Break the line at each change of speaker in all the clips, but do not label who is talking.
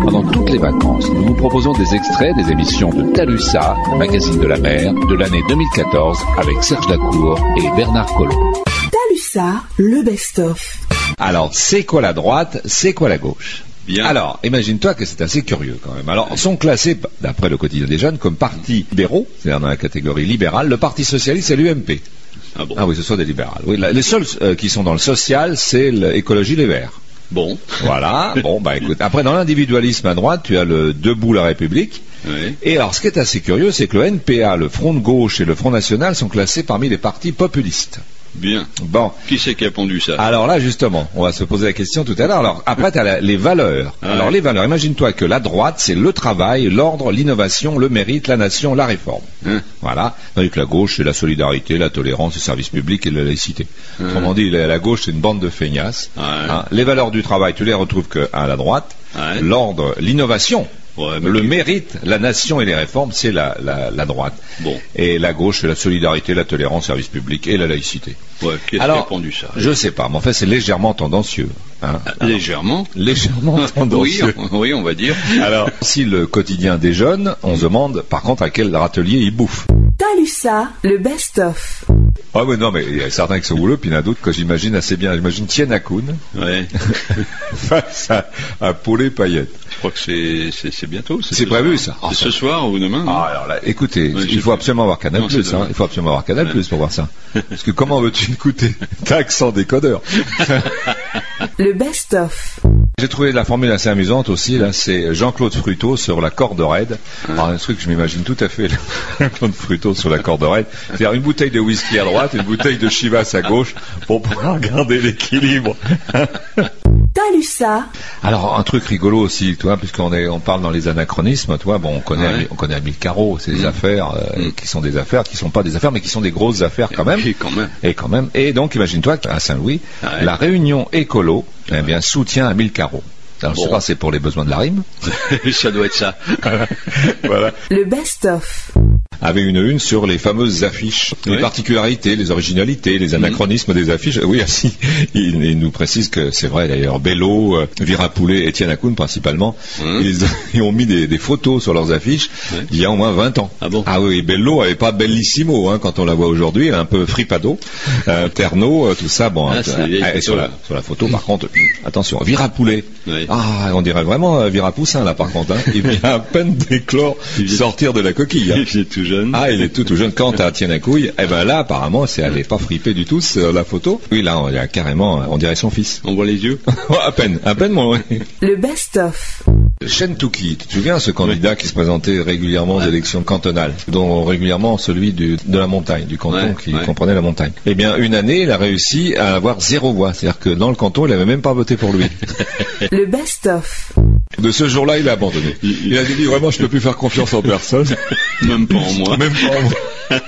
Pendant toutes les vacances, nous vous proposons des extraits des émissions de Talusa, magazine de la mer, de l'année 2014, avec Serge Dacour et Bernard Collomb.
Talusa, le best-of.
Alors, c'est quoi la droite, c'est quoi la gauche
Bien.
Alors, imagine-toi que c'est assez curieux quand même. Alors, sont classés, d'après le quotidien des jeunes, comme partis libéraux, c'est-à-dire dans la catégorie libérale, le Parti socialiste et l'UMP.
Ah bon.
Ah oui, ce sont des libérales. Oui, la- les seuls euh, qui sont dans le social, c'est l'écologie Les Verts.
Bon.
Voilà. bon, bah écoute. Après, dans l'individualisme à droite, tu as le Debout la République.
Oui.
Et alors, ce qui est assez curieux, c'est que le NPA, le Front de Gauche et le Front National sont classés parmi les partis populistes.
Bien.
Bon.
Qui c'est qui a pondu ça
Alors là, justement, on va se poser la question tout à l'heure. Alors après, tu as les valeurs.
Ah
Alors
ouais.
les valeurs, imagine-toi que la droite, c'est le travail, l'ordre, l'innovation, le mérite, la nation, la réforme.
Hein
Voilà. Tandis que la gauche, c'est la solidarité, la tolérance, le service public et la laïcité.
Hein.
Autrement dit, la, la gauche, c'est une bande de feignasses.
Ouais.
Hein. Les valeurs du travail, tu les retrouves que à la droite.
Ouais.
L'ordre, l'innovation,
Ouais, mais
le
qui-
mérite, la nation et les réformes, c'est la, la- la droite.
Bon.
Et la gauche, c'est la solidarité, la tolérance, le service public et la laïcité.
Ouais, qui est-ce qui a
Alors,
pondu ça
Je sais pas, mais en fait, c'est légèrement tendancieux. hein.
Légèrement.
Légèrement
Ah, Oui, hein.
tendancieux.
on- oui, on va dire.
Alors, si le quotidien des jeunes, on se demande par contre à quel râtelier ils bouffent.
Talusa, le best-of.
Ah oui, non, mais il y a certains qui sont houleux, puis il y en a d'autres que j'imagine assez bien. J'imagine Tiana Kuhn
Ouais.
face à, à Paulet Payette.
Je crois que c'est- c'est c'est bientôt.
C'est
ce
prévu,
soir.
ça.
C'est ce soir ou demain hein non
Ah, alors là, écoutez,
Oui,
il
j'ai
faut
vu.
absolument avoir Canal+,
Non, c'est
Plus, hein.
demain.
il faut absolument avoir Canal+, Plus pour voir ça. Parce que comment veux-tu écouter Taxant décodeur
Le best-of.
J'ai trouvé la formule assez amusante aussi, là, c'est Jean-Claude Fruteau sur la corde raide. Alors, un truc que je m'imagine tout à fait, là, Jean-Claude Fruteau sur la corde raide. C'est-à-dire une bouteille de whisky à droite, une bouteille de Chivas à gauche, pour pouvoir garder l'équilibre.
Talusa,
Alors, un truc rigolo aussi, toi, puisqu'on est, on parle dans les anachronismes, toi, bon, on connaît,
Ouais. Mm.
on connaît Amil Caro, c'est des affaires, euh, qui sont des affaires, qui sont pas des affaires, mais qui sont des grosses affaires quand même.
Oui, quand même.
Et quand même. Et donc, imagine-toi qu'à Saint-Louis,
Ouais.
la réunion écolo, eh bien, soutient Amil Caro. Alors, je sais
Bon.
pas, c'est pour les besoins de la rime.
ça doit être ça.
voilà.
le best-of.
Avait une une sur les fameuses affiches, les
Oui. Mhm.
particularités, les originalités, les anachronismes des affiches. Oui, ah, si. Il, il nous précise que c'est vrai d'ailleurs. Bello, euh, Virapoulet, Étienne Acoun principalement,
Mhm.
ils, ils ont mis des, des photos sur leurs affiches
Oui.
il y a au moins 20 ans.
Ah bon
oui, Bello avait pas bellissimo hein, quand on la voit aujourd'hui, un peu fripado, euh, terno, euh, tout ça. Bon,
Ah,
euh,
c'est les vieilles
euh, et sur, la,
photos, Mm. là.
sur la photo par contre, attention, Virapoulet.
Oui.
Ah, on dirait vraiment euh, Virapoussin là par contre. hein. Il vient à peine d'éclore,
Il vient-
sortir de la coquille. hein.
Il est tout jeune.
Ah, il est tout, tout jeune. Quant à Tienne à couille, eh ben là, apparemment, c'est, elle est pas fripée du tout sur la photo. Oui, là, on, il y a carrément, on dirait son fils.
On voit les yeux
à peine, à peine, mon.
Le best-of.
Shentuki, tu te souviens ce candidat qui se présentait régulièrement aux élections cantonales, dont régulièrement celui du- de la montagne, du canton
Ouais,
qui
ouais.
comprenait la montagne. Eh bien, une année, il a réussi à avoir zéro voix. C'est-à-dire que dans le canton, il avait même pas voté pour lui.
Le best-of.
De ce jour-là, il a abandonné. Il a dit vraiment, je peux plus faire confiance en personne,
Même pas en moi.
même pas en moi.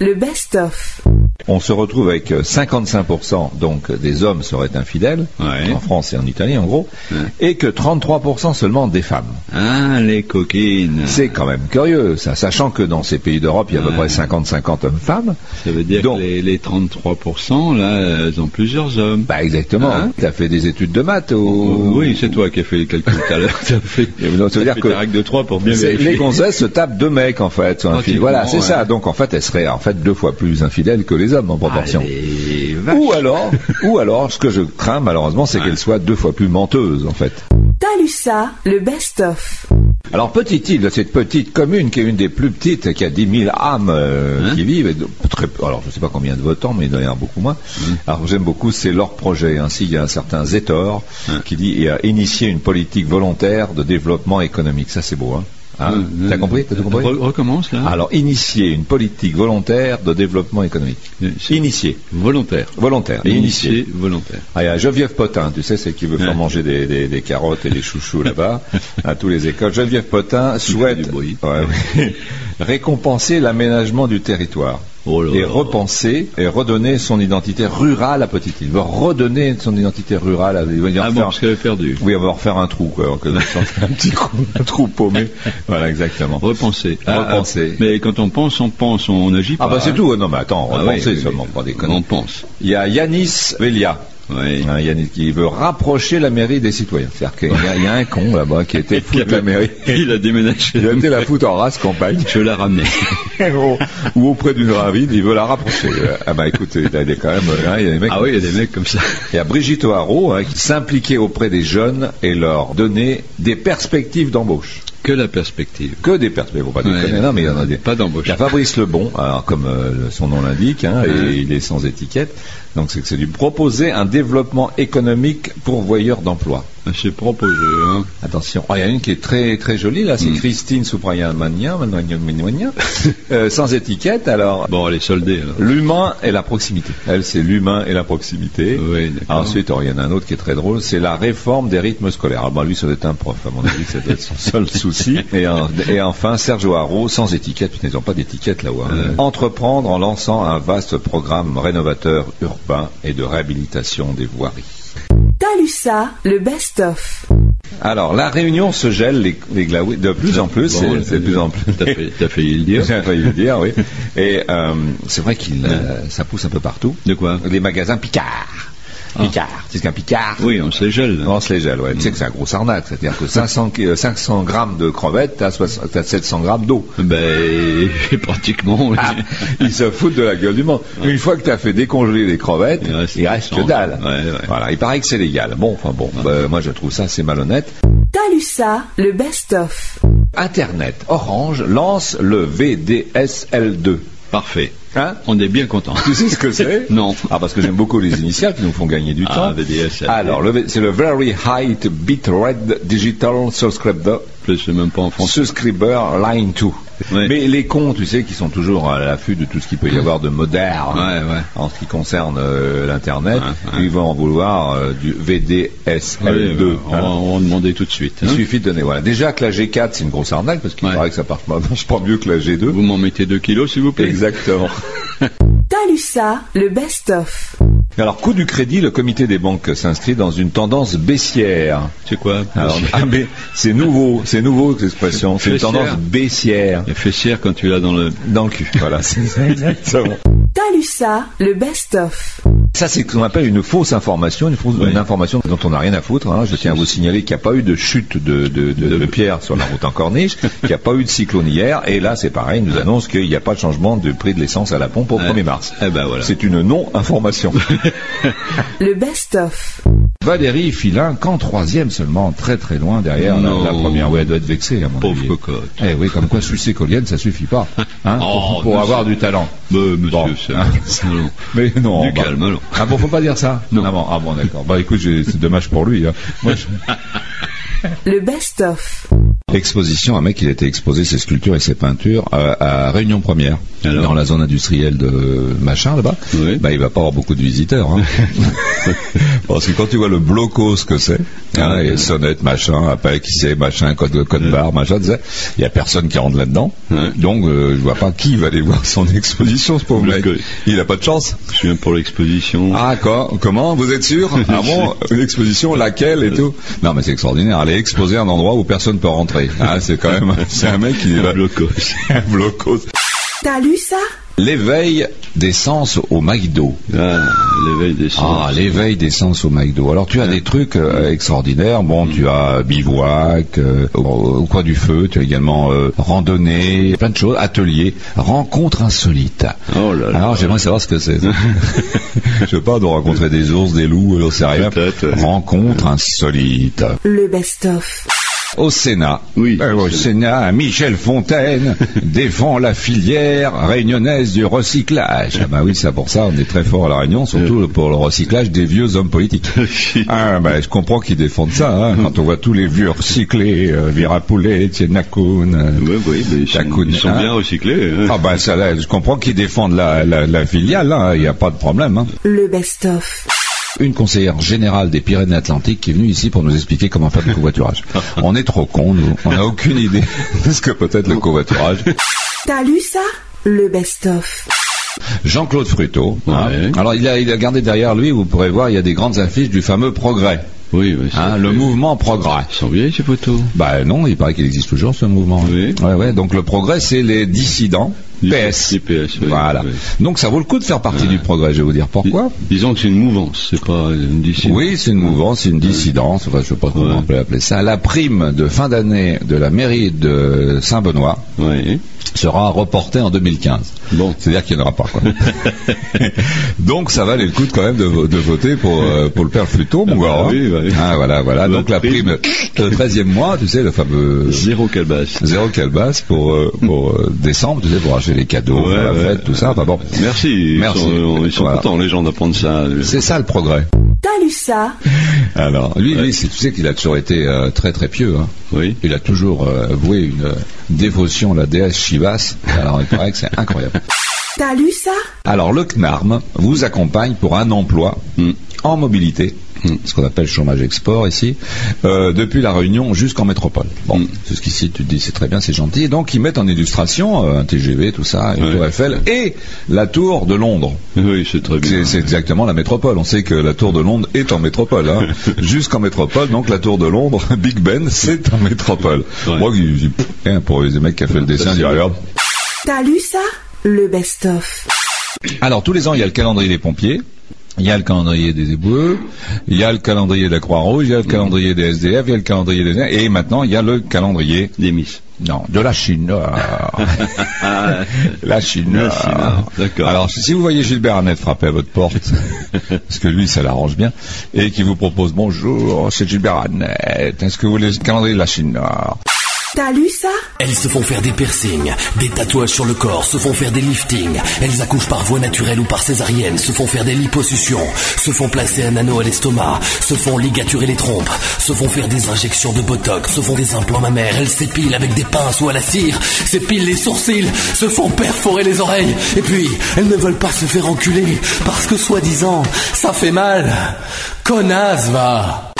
Le best-of.
On se retrouve avec euh, 55% donc euh, des hommes seraient infidèles,
Ouais.
en France et en Italie en gros,
Ouais.
et que 33% seulement des femmes.
Ah, les coquines.
C'est quand même curieux, ça, sachant que dans ces pays d'Europe, il y a à peu
Ouais.
près 50-50 hommes-femmes.
Ça veut dire
Donc-
que les, les 33%, là, elles ont plusieurs hommes.
Bah exactement,
Hein
tu as fait des études de maths au...
Oui, c'est toi qui as fait les calculs tout à l'heure. T'as fait,
Et donc, Oh. ça veut dire
t'as fait
que-
ta règle de 3 pour bien
C'est-
vérifier.
Les gonzesses se tapent deux mecs en fait. sur un fil. Voilà, c'est
Pratiquement,
ça.
ouais.
Donc en fait, elles seraient en fait deux fois plus infidèles que les hommes en
Ah,
proportion.
les vaches.
ou alors, ou alors, ce que je crains malheureusement, c'est qu'elles soient deux fois plus menteuses en fait.
Talusa, le best-of.
Alors, petite île, cette petite commune qui est une des plus petites, qui a 10 000 âmes euh,
Hein
qui vivent, et donc, très peu- alors je ne sais pas combien de votants, mais il doit y en a beaucoup moins. Alors, j'aime beaucoup, c'est leur projet. Ainsi, il y a un certain Zetor qui dit et a initié une politique volontaire de développement économique. Ça, c'est beau, hein, Hein
Euh,
T'as
euh,
compris T'as tout compris
re- Recommence, là.
Alors, initier une politique volontaire de développement économique.
C'est
Initier,
volontaire.
volontaire, initier.
Ah, Initié, volontaire.
Ah, il y a Geneviève Potin, tu sais, celle qui veut faire
Ouais.
manger des, des- des carottes et des chouchous là-bas, à tous les écoles. Geneviève Potin
fait
souhaite
du bruit.
Ouais, oui. récompenser l'aménagement du territoire
Oh là
et
là.
repenser et redonner son identité rurale à Petite Île. Il veut redonner son identité rurale à il veut dire
Ah bon,
faire-
parce qu'elle a perdu.
Oui, elle va refaire un trou, quoi, que- un petit trou, un trou paumé. Voilà, exactement.
Oh. Repenser. Ah,
Repenser.
mais quand on pense, on pense, on n'agit
Ah
pas.
bah c'est
hein.
tout, non mais attends,
Ah
repenser
oui, oui,
seulement,
oui.
pas déconner.
On pense.
Il y a Yanis Velia
Oui.
Hein, Yannick qui veut rapprocher la mairie des citoyens. C'est-à-dire qu'il y a- il y, a un con là-bas qui était fou de la mairie.
Il a déménagé.
Il a été la foutre en race campagne.
Je l'ai ramené.
ou, ou auprès d'une ravine, il veut la rapprocher. Ah bah écoute, il y a des- quand même, hein, il y a des mecs.
Ah oui, il y a des mecs comme ça.
Il y a Brigitte O'Harault hein, qui s'impliquait auprès des jeunes et leur donnait des perspectives d'embauche.
Que la perspective.
Que des perspectives, faut pas déconner,
Ouais.
non, mais il y en a des.
Pas d'embauche.
Il y a Fabrice Lebon, alors comme euh, son nom l'indique, hein, et il est sans étiquette, donc c'est que c'est du proposer un développement économique pourvoyeur d'emploi.
Ah, C'est proposé, hein.
Attention, Oh, il y en a une qui est très très jolie là, c'est Christine Souprayanmania, Mania, Mania, euh, sans étiquette. Alors
Bon, allez, soldés, alors.
l'humain et la proximité. Elle, c'est l'humain et la proximité.
Oui, d'accord.
Alors, ensuite, oh, il y en a un autre qui est très drôle, c'est la réforme des rythmes scolaires. Alors, ben, lui, ça doit être un prof, à mon avis, ça doit être son seul souci. Et, en- et enfin, Serge O'Harault, sans étiquette, putain, ils n'ont pas d'étiquette là-haut. hein. Entreprendre en lançant un vaste programme rénovateur urbain et de réhabilitation des voiries.
Talusa, le best-of.
Alors, la réunion se gèle les, les glaouis de plus en plus,
Bon,
c'est- c'est de plus en plus.
T'as failli, t'as failli le dire.
J'ai failli le dire, oui. Et euh, c'est vrai qu'il, euh, ça pousse un peu partout.
De quoi
Les magasins Picard. Picard. C'est ce qu'un Picard.
Ah. Oui, on se les gèle. là.
On se les gèle, ouais. Tu sais que c'est un gros arnaque. C'est-à-dire que 500, qui- euh, 500 grammes de crevettes, t'as, soix- t'as 700 grammes d'eau.
Ben, pratiquement. oui.
Ah, ils se foutent de la gueule du monde. Une fois que t'as fait décongeler les crevettes,
Il reste
il reste que
100,
dalle.
ouais, ouais.
Voilà. Il paraît que c'est légal. Bon, enfin bon. bah, moi, je trouve ça assez malhonnête.
Talusa, le best-of.
Internet, Orange lance le VDSL2.
Parfait.
Hein
On est bien content.
Tu sais ce que c'est
Non.
Ah, parce que j'aime beaucoup les initiales qui nous font gagner du
Ah,
temps.
VDSL.
Alors, le V- c'est le Very High Bit Red Digital Subscriber,
Je sais même pas en français.
Subscriber Line 2.
Ouais.
Mais les cons, tu sais, qui sont toujours à l'affût de tout ce qu'il peut y avoir de moderne
Ouais, ouais.
en ce qui concerne euh, l'Internet,
Ouais, ouais.
ils vont en vouloir euh, du VDSL2.
Oui, on,
hein.
va- on va demander tout de suite.
Il
hein.
suffit de donner. Voilà. Déjà que la G4, c'est une grosse arnaque parce qu'il
Ouais.
paraît que ça marche pas- marche pas mieux que la G2.
Vous m'en mettez 2 kilos, s'il vous plaît.
Exactement.
Talusa, le best-of.
Alors, coût du crédit, le comité des banques s'inscrit dans une tendance baissière.
C'est quoi
Alors, ah, mais c'est nouveau, c'est nouveau cette expression. C'est une
Baissière.
tendance baissière.
La fessière quand tu l'as dans le.
Dans le cul, voilà, c'est ça, exactement.
Talusa, le best-of.
Ça, c'est ce qu'on appelle une fausse information, une, fausse,
Oui.
une information dont on n'a rien à foutre. hein. Je tiens à vous signaler qu'il n'y a pas eu de chute de, de, de- de pierre sur la route en Corniche, qu'il n'y a pas eu de cyclone hier, et là, c'est pareil, ils nous annonce qu'il n'y a pas de changement du prix de l'essence à la pompe au
Ouais.
1er mars.
Eh ben voilà.
C'est une non-information.
Le best-of.
Valérie Filin, qu'en troisième seulement, très très loin derrière la-
Non.
la, première. Ouais, elle doit être vexée, à mon
Pauvre
avis.
cocotte.
Eh oui, comme quoi sucer Colienne, ça suffit pas, hein,
Oh,
pour, pour
monsieur.
avoir du talent.
Ben, monsieur,
Bon.
c'est-
Hein.
c'est- non.
Mais non.
Du calme, alors.
Ah bon, faut pas dire ça.
Non.
Ah bon, ah bon, d'accord. Bah écoute, j'ai- c'est dommage pour lui. hein. Moi, je-
Le best-of.
Exposition, un mec, il était exposé ses sculptures et ses peintures euh, à Réunion Première,
Alors
dans la zone industrielle de machin là-bas.
Oui.
Bah, il va pas avoir beaucoup de visiteurs. hein. Parce que quand tu vois le bloco, ce que c'est, hein, et sonnette, machin, appel qui c'est, machin, code, code barre, machin, tu sais, il y a personne qui rentre là-dedans.
Ouais.
Donc, euh, je vois pas qui va aller voir son exposition, ce pauvre
Parce
mec.
que-
Il a pas de chance.
Je suis un pour l'exposition.
Ah, quoi Comment Vous êtes sûr Ah bon Une exposition, laquelle et tout Non, mais c'est extraordinaire. Aller exposer à un endroit où personne peut rentrer. Ah, c'est quand même... C'est un mec qui est là.
Un blocos.
Un blocos.
Talusa,
L'éveil des sens au McDo.
Ah, l'éveil des sens.
Ah, l'éveil des sens au McDo. Alors, tu as des trucs euh, extraordinaires.
Mm.
Bon, tu as bivouac, euh, au, au coin du feu, tu as également euh, randonnée, plein de choses, ateliers, rencontres insolites.
Oh là là.
Alors, Ah, j'aimerais savoir ce que c'est. ça. Euh, Je sais pas, de rencontrer des ours, des loups, euh, j'en sais rien.
Peut-être, ouais.
Rencontre insolite.
le best-of.
Au Sénat.
Oui.
Euh, au Sénat, Michel Fontaine défend la filière réunionnaise du recyclage. Ah bah oui, ça pour ça, on est très fort à la Réunion,
Euh.
surtout pour le recyclage des vieux hommes politiques. Ah bah je comprends qu'ils défendent ça, hein,
Mm.
quand on voit tous les vieux recyclés, euh, Virapoulet, Étienne Lacoune, euh,
Oui, oui, mais bah, ils
Ta
sont,
coude-
ils sont
hein.
bien recyclés. hein.
Ah bah ça, là, je comprends qu'ils défendent la, la, la filiale, hein, il n'y a pas de problème. hein.
Le best-of.
Une conseillère générale des Pyrénées-Atlantiques qui est venue ici pour nous expliquer comment faire du covoiturage. On est trop cons, nous. On n'a aucune idée de ce que peut être le covoiturage.
Talusa, le best-of.
Jean-Claude Fruteau. hein.
Ouais.
Alors il a, il a gardé derrière lui, vous pourrez voir, il y a des grandes affiches du fameux Progrès.
Oui, mais
hein, le mouvement Progrès.
Ils sont vieilles, ces photos.
Bah non, il paraît qu'il existe toujours ce mouvement.
Oui.
Ouais, ouais. Donc le progrès, c'est les dissidents
Du
PS.
du PS, oui,
voilà.
oui.
Donc ça vaut le coup de faire partie du progrès. Je vais vous dire pourquoi.
Dis- Disons que c'est une mouvance, c'est pas une dissidence.
Oui, c'est une mouvance, une dissidence, enfin, je ne sais pas comment
Ouais.
on peut appeler ça. La prime de fin d'année de la mairie de Saint-Benoît
Oui.
sera reportée en 2015.
Bon.
C'est-à-dire qu'il n'y en aura pas. quoi. Donc ça valait le coup de, quand même de, vo- de voter pour, euh, pour le père Fluton, mon
bah
gars, hein.
oui, bah oui.
Ah, voilà, voilà.
La
Donc la prime, le 13e mois, tu sais, le fameux...
Zéro calbasse.
Zéro calbasse pour, euh, pour euh, décembre, tu sais, pour acheter les cadeaux,
Ouais,
faire la
ouais.
fête, tout ça. Enfin bon,
Merci. Ils
Merci.
sont, euh, ils sont
Voilà.
contents, les gens, d'apprendre ça.
c'est ça le progrès.
T'as lu ça
Alors, lui,
Ouais.
lui, c'est- tu sais qu'il a toujours été euh, très très pieux. hein.
Oui.
Il a toujours euh, voué une euh, dévotion à la déesse Shivas. Alors il paraît que c'est incroyable.
T'as lu ça
Alors le CNARM vous accompagne pour un emploi
Mm.
en mobilité,
Mm.
ce qu'on appelle chômage export ici, euh, depuis la Réunion jusqu'en métropole. Bon,
Mm.
jusqu'ici tu te dis c'est très bien, c'est gentil. Donc ils mettent en illustration euh, un TGV, tout ça, une
Ouais.
tour Eiffel et la tour de Londres.
Oui, c'est très bien.
C'est c'est exactement la métropole. On sait que la Tour de Londres est en métropole. Hein. Jusqu'en métropole, donc la Tour de Londres, Big Ben, c'est en métropole.
Ouais.
Moi, je dis, pff, hein, pour les mecs qui a fait le dessin, je dis, regarde.
T'as lu ça Le best-of.
Alors, tous les ans, il y a le calendrier des pompiers. Il y a le calendrier des éboueurs, il y a le calendrier de la Croix-Rouge, il y a le calendrier des SDF, il y a le calendrier des... E Et maintenant, il y a le calendrier,
Des miss.
non, de la Chine.
Ah,
La Chine.
La Chine, ah, d'accord.
Alors, si vous voyez Gilbert Arnett frapper à votre porte, parce que lui, ça l'arrange bien, et qui vous propose bonjour, c'est Gilbert Arnett, est-ce que vous voulez le calendrier de la Chine Nord
T'as lu ça
Elles se font faire des piercings, des tatouages sur le corps, se font faire des liftings. Elles accouchent par voie naturelle ou par césarienne, se font faire des liposuctions, se font placer un anneau à l'estomac, se font ligaturer les trompes, se font faire des injections de botox, se font des implants mammaires, elles s'épilent avec des pinces ou à la cire, s'épilent les sourcils, se font perforer les oreilles. Et puis, elles ne veulent pas se faire enculer parce que soi-disant, ça fait mal. Connasse va.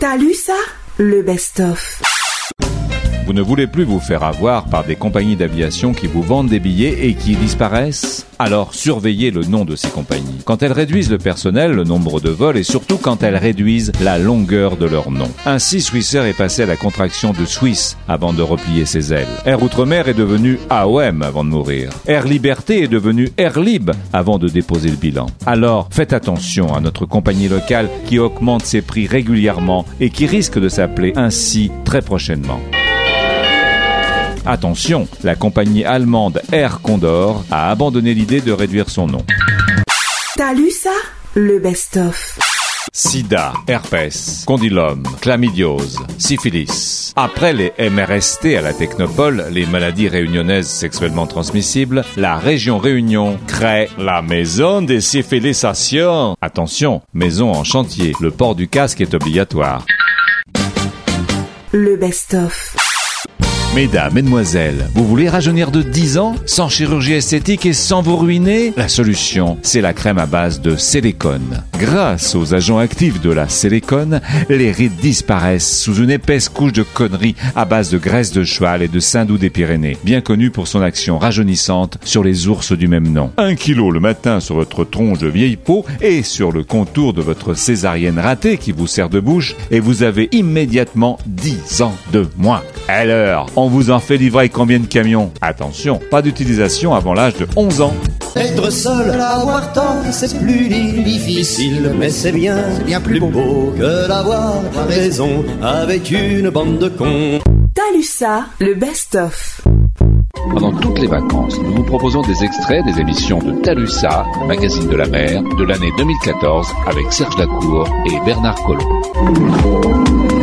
T'as lu ça Le best-of.
Vous ne voulez plus vous faire avoir par des compagnies d'aviation qui vous vendent des billets et qui disparaissent Alors surveillez le nom de ces compagnies. Quand elles réduisent le personnel, le nombre de vols et surtout quand elles réduisent la longueur de leur nom. Ainsi, Swissair est passé à la contraction de Suisse avant de replier ses ailes. Air Outre-mer est devenu AOM avant de mourir. Air Liberté est devenu Air Lib avant de déposer le bilan. Alors faites attention à notre compagnie locale qui augmente ses prix régulièrement et qui risque de s'appeler ainsi très prochainement. Attention, la compagnie allemande Air Condor a abandonné l'idée de réduire son nom.
T'as lu ça Le best-of.
Sida, herpès, condylome, chlamydiose, syphilis. Après les MRST à la Technopole, les maladies réunionnaises sexuellement transmissibles, la région Réunion crée la maison des syphilisations. Attention, maison en chantier. Le port du casque est obligatoire.
Le best-of.
Mesdames, mesdemoiselles, vous voulez rajeunir de 10 ans sans chirurgie esthétique et sans vous ruiner La solution, c'est la crème à base de sélécone. Grâce aux agents actifs de la sélécone, les rides disparaissent sous une épaisse couche de conneries à base de graisse de cheval et de saindoux des Pyrénées, bien connu pour son action rajeunissante sur les ours du même nom. Un kilo le matin sur votre tronche de vieille peau et sur le contour de votre césarienne ratée qui vous sert de bouche et vous avez immédiatement 10 ans de moins. Alors, on vous en fait livrer combien de camions Attention, pas d'utilisation avant l'âge de 11 ans.
Être seul à avoir tort, c'est plus difficile, mais c'est bien, bien plus beau que d'avoir raison avec une bande de cons.
T'as lu ça Le best-of.
Pendant toutes les vacances, nous vous proposons des extraits des émissions de Talusa, magazine de la mer, de l'année 2014, avec Serge Lacour et Bernard Collomb.